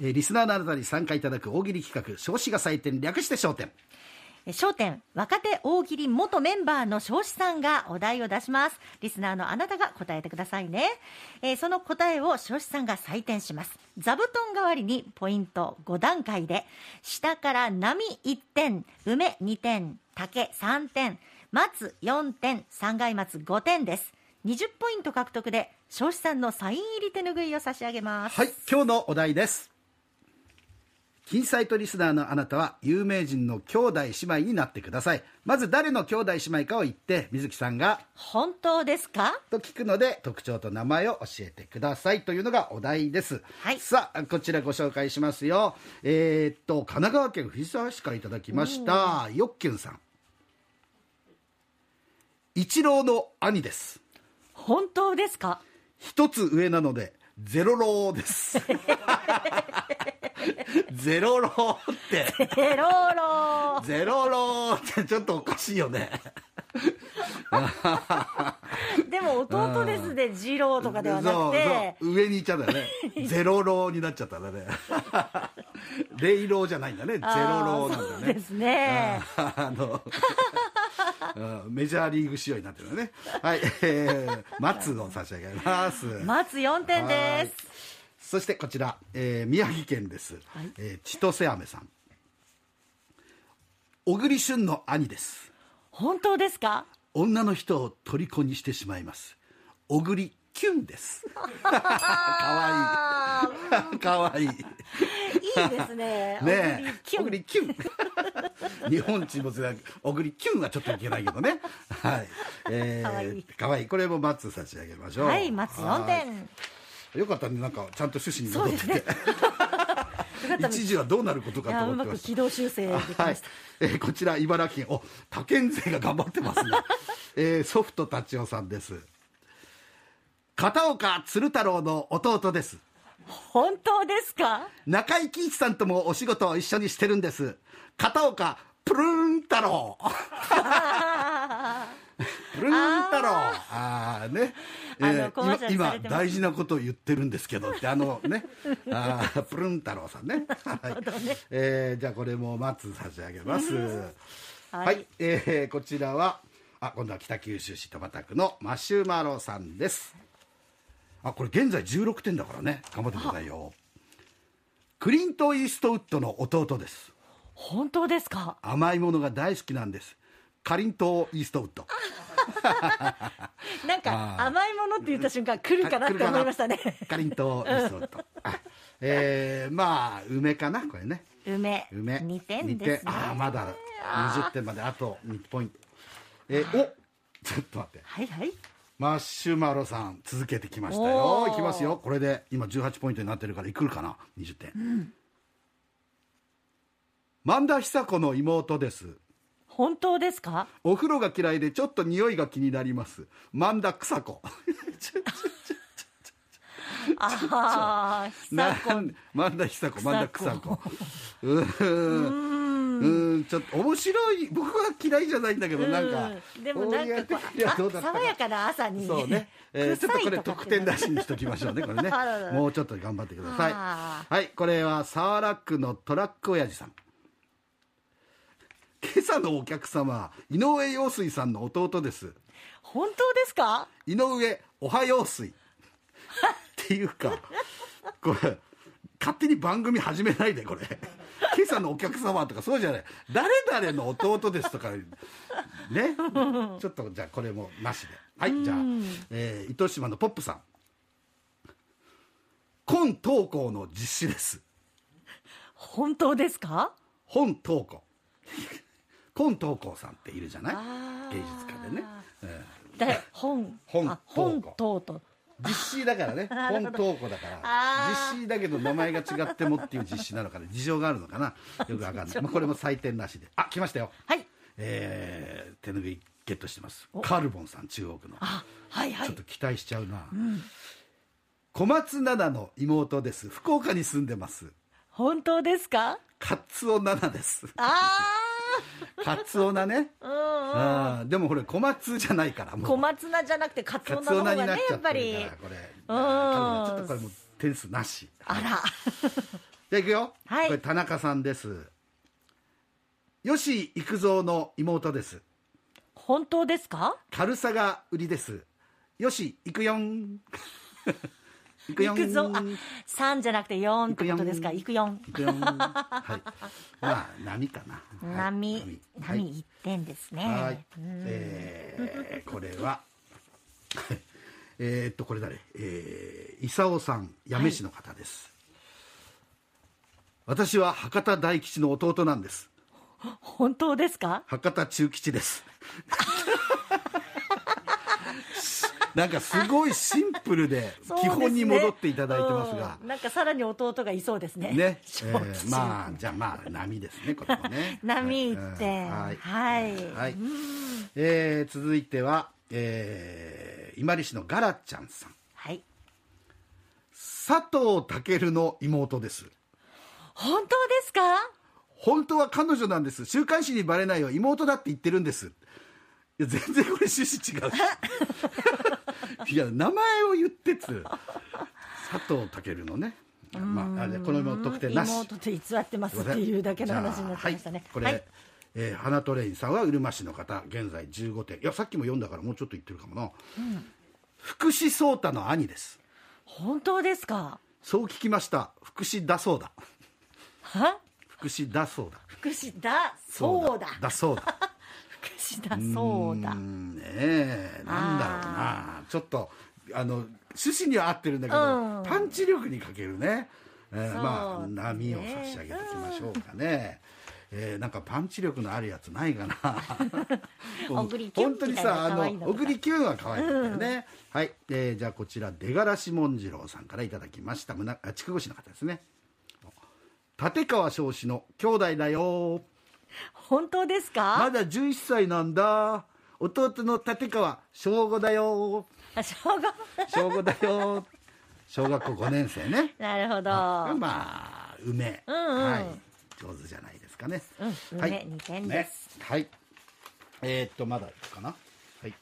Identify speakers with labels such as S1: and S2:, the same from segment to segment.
S1: えーリスナーのあなたに参加いただく大喜利企画少子が採点略して焦点
S2: え焦点若手大喜利元メンバーの彰子さんがお題を出しますリスナーのあなたが答えてくださいね、えーその答えを彰子さんが採点します座布団代わりにポイント5段階で下から波1点梅2点竹3点松4点三階松5点です20ポイント獲得で彰子さんのサイン入り手ぬぐいを差し上げます
S1: はい今日のお題です金サイトリスナーのあなたは有名人の兄弟姉妹になってくださいまず誰の兄弟姉妹かを言って水木さんが
S2: 本当ですか
S1: と聞くので特徴と名前を教えてくださいというのがお題です、
S2: はい
S1: さあこちらご紹介しますよえーっと神奈川県藤沢市からいただきましたよっきゅんさん一郎の兄です
S2: 本当ですか
S1: 一つ上なのでゼロローです ゼロローって
S2: ヘロロ
S1: ゼロローってちょっとおかしいよね
S2: でも弟ですで二郎とかではなくて
S1: そうそう上に行っちゃうんだよねゼロローになっちゃったんだ ねレイローじゃないんだねゼロローなんだ
S2: あー
S1: ね
S2: そうですね
S1: あーあのうんメジャーリーグ仕様になってるのねはい、え ー、松を差し上げます
S2: 松4点です
S1: そしてこちら、えー宮城県です、
S2: はい
S1: えー千歳飴さん小栗旬の兄です
S2: 本当ですか
S1: 女の人を虜にしてしまいます小栗キュンです か
S2: あ
S1: わいいかわいい
S2: ーいいですね
S1: ねえ
S2: 小栗
S1: キュン 日本沈没だ小栗キュンはちょっといけないけど ねはい、えー、
S2: かわいい
S1: かわいいこれも松差し上げましょう
S2: はい松4
S1: は
S2: 点
S1: いよかったねなんかちゃんと趣旨に
S2: そう
S1: 戻
S2: で
S1: っ
S2: す
S1: て
S2: ね
S1: て、
S2: よかった
S1: 一時はどうなること
S2: い
S1: かと
S2: やう
S1: 思っ
S2: ま
S1: て
S2: く
S1: ました
S2: 軌道修正でき
S1: は
S2: ま
S1: い
S2: した、
S1: えーこちら茨城県お他県勢が頑張って ますね、えーソフト達夫さんです片岡鶴太郎の弟です
S2: 本当ですか
S1: 中井貴一さんともお仕事を一緒にしてるんです片岡プルーン太 郎プルーン太郎ああーねえ
S2: あのコマーシャ
S1: ー
S2: ルさ
S1: 今
S2: れて
S1: 今
S2: ます
S1: 大事なことを言ってるんですけどってあの ねあープルーン太郎さんねはいえーじゃあこれも松差し上げます
S2: は
S1: はいい、えーこちらはあ今度は北九州市戸畑区のマシュマロさんですあこれ現在16点だからね頑張ってくださいよクリント・イーストウッドの弟です
S2: 本当ですか
S1: 甘いものが大好きなんですカリント・イーストウッド
S2: なんか甘いものって言った瞬間来るかなって思いましたね
S1: カリント・イーストウッド あえーまあ梅かなこれね
S2: 梅
S1: 梅
S2: 2点ですね
S1: 二ああまだ20点まであと2ポイントえーおちょっと待って
S2: はいはい
S1: マシュマロさん続けてきました
S2: お
S1: よ
S2: ー
S1: いきますよこれで今18ポイントになってるからいくるかな20点、萬田久子の妹です
S2: 本当ですか
S1: お風呂が嫌いでちょっと匂いが気になります萬田草子
S2: ああ
S1: な
S2: 久子
S1: ん萬田久子萬田草子うーんうーんちょっと面白い僕は嫌いじゃないんだけどなんか
S2: うんでもなんか
S1: こ
S2: こ
S1: う
S2: う
S1: いう
S2: あ
S1: やつどうだった
S2: 爽やかな朝に
S1: そう ね、えーちょっとこれ得点出
S2: し
S1: しにしときましょうねこれね
S2: あらら
S1: もうちょっと頑張ってください
S2: あ
S1: はいこれはサーラックのトラック親父 さん今朝のお客様井上陽水さんの弟です
S2: 本当ですか
S1: 井上おはよう水っていうかこれ勝手に番組始めないでこれ今朝のお客様とかそうじゃない誰々の弟ですとかねちょっとじゃあこれもなしではいじゃあ、えー糸島のポップさん今投稿の実施です
S2: 本当ですか
S1: 本投稿今投稿さんっているじゃない
S2: あー
S1: 芸術家でね、えー
S2: で本
S1: 本
S2: あ
S1: 投稿
S2: 本等と
S1: 実施だから ね本投稿だから
S2: あー
S1: 実施だけど名前が違ってもっていう実施なのかね事情があるのかなよくわかんない、まあ、これも採点なしであ来ましたよ
S2: はい
S1: えー手拭いゲットしてますカルボンさん中国の
S2: あはいは
S1: ちょ
S2: い
S1: っと期待しちゃうな、小松菜奈の妹です福岡に住んでます
S2: 本当ですか
S1: カツオ奈々 です
S2: あ
S1: カツオなね
S2: あうんうん
S1: あーでもこれ小松じゃないからもう
S2: 小松菜じゃなくてカツ
S1: カ
S2: オ
S1: ツ
S2: 菜
S1: オ
S2: の
S1: ナに
S2: 方が
S1: なっ
S2: ね
S1: ちゃっ
S2: やっ
S1: て
S2: ぱ
S1: る
S2: り
S1: からこれ
S2: うん
S1: ちょっとこれもう点数なし
S2: あら
S1: でじゃあいくよ、
S2: はい
S1: これ田中さんです吉幾三の妹です
S2: 本当ですか
S1: 軽さが売りです吉幾 四幾
S2: 行
S1: 四
S2: くぞあ三じゃなくて四ってことですか
S1: 行
S2: 行く四
S1: 幾四はいまあ波かなはい
S2: 波
S1: はい
S2: 波一点ですね、
S1: はい
S2: うん、
S1: えーこれは えーっとこれ誰えー、伊佐さん八女市の方です、私は博多大吉の弟なんです
S2: 本当ですか
S1: 博多中吉ですなんかすごいシンプルで
S2: そう
S1: 基
S2: ですね
S1: 本に戻っていただいてますが
S2: うんなんかさらに弟がいそうですね
S1: ね
S2: 正
S1: え
S2: 直
S1: ーまあじゃあまあ波ですねこれもね
S2: 波行って
S1: はい
S2: はい
S1: はいえー続いては、えー、伊万里市のガラちゃんさん
S2: はい
S1: 佐藤健の妹です
S2: 本当ですか
S1: 本当は彼女なんです週刊誌にバレないよ妹だって言ってるんですいや全然これ趣旨違う しいや名前を言ってつ佐藤健のねまあ、あれこの妹得点なし
S2: 妹と偽ってますっていうだけの話になってましたね
S1: じゃあはい、これ、えー花トレインさんはうるま市の方現在15点いやさっきも読んだからもうちょっと言ってるかもな、福士蒼太の兄です
S2: 本当ですか
S1: そう聞きました福士だそうだ
S2: は
S1: 福士だそうだ
S2: 福祉だそうだ
S1: だそうだ
S2: 福祉だそうだ
S1: ーんねえなんだろうなちょっとあの趣旨には合ってるんだけど、
S2: うん
S1: パンチ力に欠けるね、えー
S2: そう
S1: まあ
S2: ね
S1: 波を差し上げていきましょうかね、えーなんかパンチ力のあるやつないか な
S2: 小栗キュン
S1: 本当に
S2: みたいな
S1: さあ
S2: 可愛いのと
S1: の
S2: か
S1: 小栗キュンは可愛いんだよね、はい、えーじゃあこちら出がらしもんじろうさんからいただきましたむなあ筑後市の方ですね立川彰子の兄弟だよ
S2: 本当です
S1: ま
S2: か
S1: だ11歳なんだ。弟の立川、小五だよ。
S2: あしょうが
S1: 小五だよ。小学校5年生ね。
S2: なるほど
S1: まあ、梅、
S2: うんうん
S1: はい。上手じゃないですかね。
S2: うん
S1: はい
S2: 梅二点です
S1: ねはい。えーっと、まだいくかな。はい。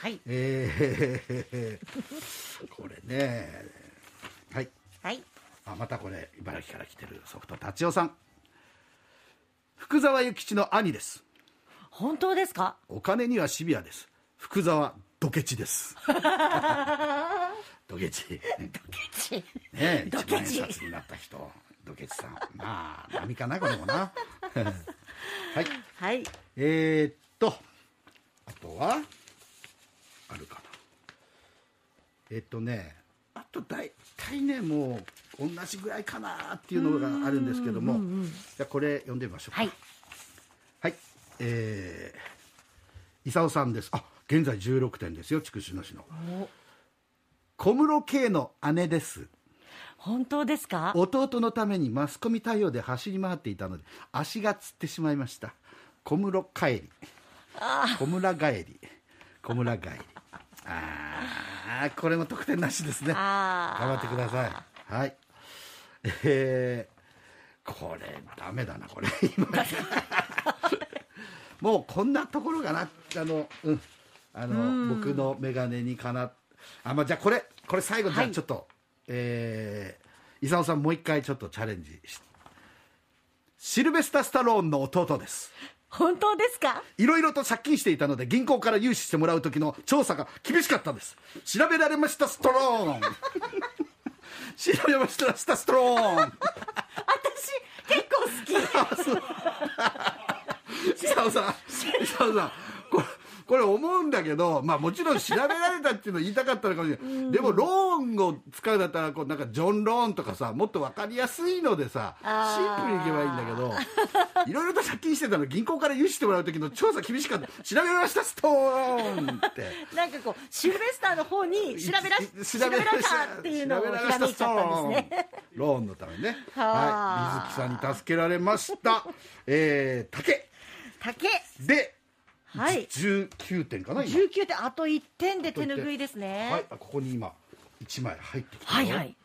S2: はい
S1: えー、これね。はい。
S2: はい
S1: あまたこれ茨城から来てるソフト達夫さん福沢諭吉の兄です
S2: 本当ですか
S1: お金にはシビアです福沢ドケチです ドケチね
S2: ち
S1: え
S2: ド
S1: 一
S2: ケ
S1: 万円
S2: チ
S1: 札になった人ドケチさんまあ波かなこれもなはい
S2: はい
S1: えー、っとあとはあるかなえっとねあと大体ねもう同じぐらいかなっていうのがあるんですけどもじゃあこれ読んでみましょうか
S2: はい
S1: はい、えー、伊佐さんです。あ、現在16点ですよ、筑紫野市の。小室圭の姉です。
S2: 本当ですか
S1: 弟のためにマスコミ対応で走り回っていたので、足がつってしまいました。小室帰り。小村帰り。小村帰り。ああ、これも得点なしですね。頑張
S2: あー
S1: ってください。はい。えー、これ、ダメだな、これ。今もうこんなところがなあのうんあの僕の眼鏡にかなあまあじゃあこれこれ最後じゃあ
S2: はい
S1: ちょっと、えー、伊沢さんもう一回ちょっとチャレンジしシルベスタ・スタローンの弟です
S2: 本当ですか
S1: いろいろと借金していたので銀行から融資してもらう時の調査が厳しかったんです調べられましたストローン 調べましたストローン
S2: 私結構好き
S1: 久尾さん久尾さんこれこれ思うんだけど、まあ、もちろん調べられたっていうの言いたかったのかもしれない、でもローンを使うんだったらこうなんかジョン・ローンとかさもっと分かりやすいのでさ
S2: あー
S1: シンプルにいけばいいんだけどいろいろと借金してたの銀行から融資してもらう時の調査厳しかった調べましたストーンって。
S2: なんかこうシルベスターの 方に調べらし
S1: い
S2: 調べられたっていうのをひらめいちゃったんですね。
S1: ローンのためね。は、
S2: はい
S1: 水木さんに助けられました。 えー、竹
S2: 竹
S1: で、
S2: はい
S1: 19点かな今。
S2: 19点あと1点で手ぬぐいですね
S1: はい、あここに今1枚入ってきた
S2: は
S1: よ
S2: いはい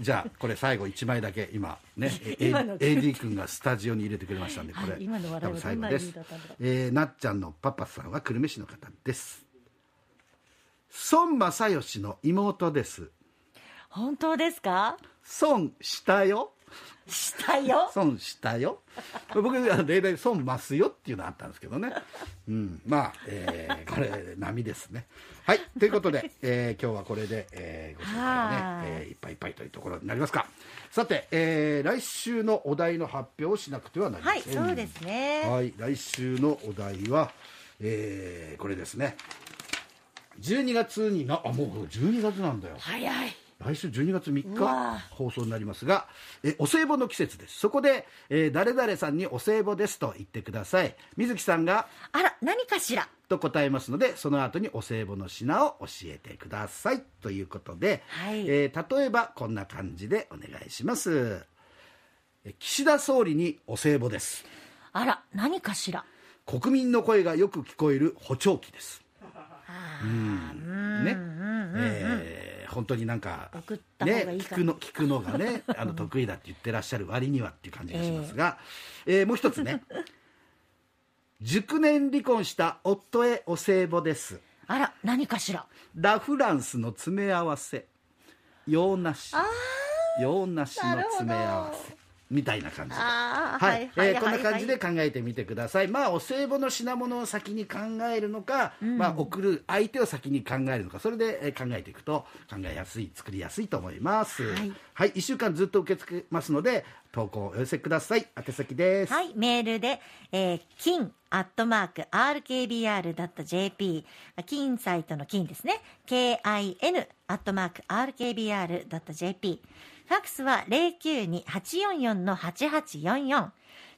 S1: じゃあこれ最後1枚だけ今ね え
S2: 今の
S1: AD 君がスタジオに入れてくれましたんでこれ、
S2: はい今の笑いは
S1: 多分最後です
S2: どんな意味だったんだろう
S1: えーなっちゃんのパパさんは久留米市の方です孫正義の妹です
S2: 本当ですか
S1: 損したよ
S2: したよ
S1: 損したよ 僕あの例題で損ますよっていうのあったんですけどね、うん、まあ、えーこれ波ですねはいということで、えー今日はこれで、えーご紹介を
S2: はい
S1: ね、えーいっぱいいっぱいというところになりますかさて、えー来週のお題の発表をしなくてはなりま
S2: はい
S1: せん
S2: そうですね
S1: はい来週のお題は、えーこれですね12月になあもう12月なんだよ
S2: 早い
S1: 来週12月3
S2: うわ
S1: 日放送になりますがえお歳暮の季節ですそこで、えー誰々さんにお歳暮ですと言ってください水木さんが
S2: あら何かしら
S1: と答えますのでその後にお歳暮の品を教えてくださいということで、
S2: はい
S1: えー例えばこんな感じでお願いしますえ岸田総理にお歳暮です
S2: あら何かしら
S1: 国民の声がよく聞こえる補聴器です
S2: あ
S1: ね、えー本当になんか
S2: 送った方がいい
S1: ね、聞
S2: か
S1: くの聞くのが ねあの得意だって言ってらっしゃる割にはっていう感じがしますが、えーもう一つね熟年離婚した夫へお歳暮です
S2: あら何かしら
S1: ラ・フランスの詰め合わせ洋梨洋梨の詰め合わせみたいな感じで
S2: あー
S1: はい、
S2: はい
S1: えーこん
S2: はい
S1: な感じで考えてみてください、まあお歳暮の品物を先に考えるのか、まあ、送る相手を先に考えるのかそれでえー考えていくと考えやすい作りやすいと思います
S2: は
S1: はいい、1週間ずっと受け付けますので投稿をお寄せください宛先です、
S2: はい、メールで、えー、金アットマーク RKBR.jp 金サイトの金ですね KIN アットマーク RKBR.jp ファックスは092-844-8844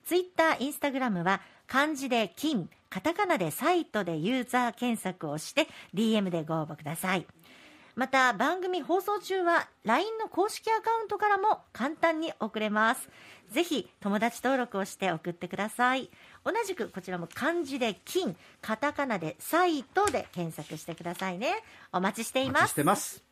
S2: ツイッター、インスタグラムは漢字で金カタカナでサイトでユーザー検索をして DM でご応募くださいまた番組放送中は LINE の公式アカウントからも簡単に送れますぜひ友達登録をして送ってください同じくこちらも漢字で金カタカナでサイトで検索してくださいねお待ちして
S1: お
S2: い
S1: 待
S2: ま
S1: ちし
S2: す
S1: てます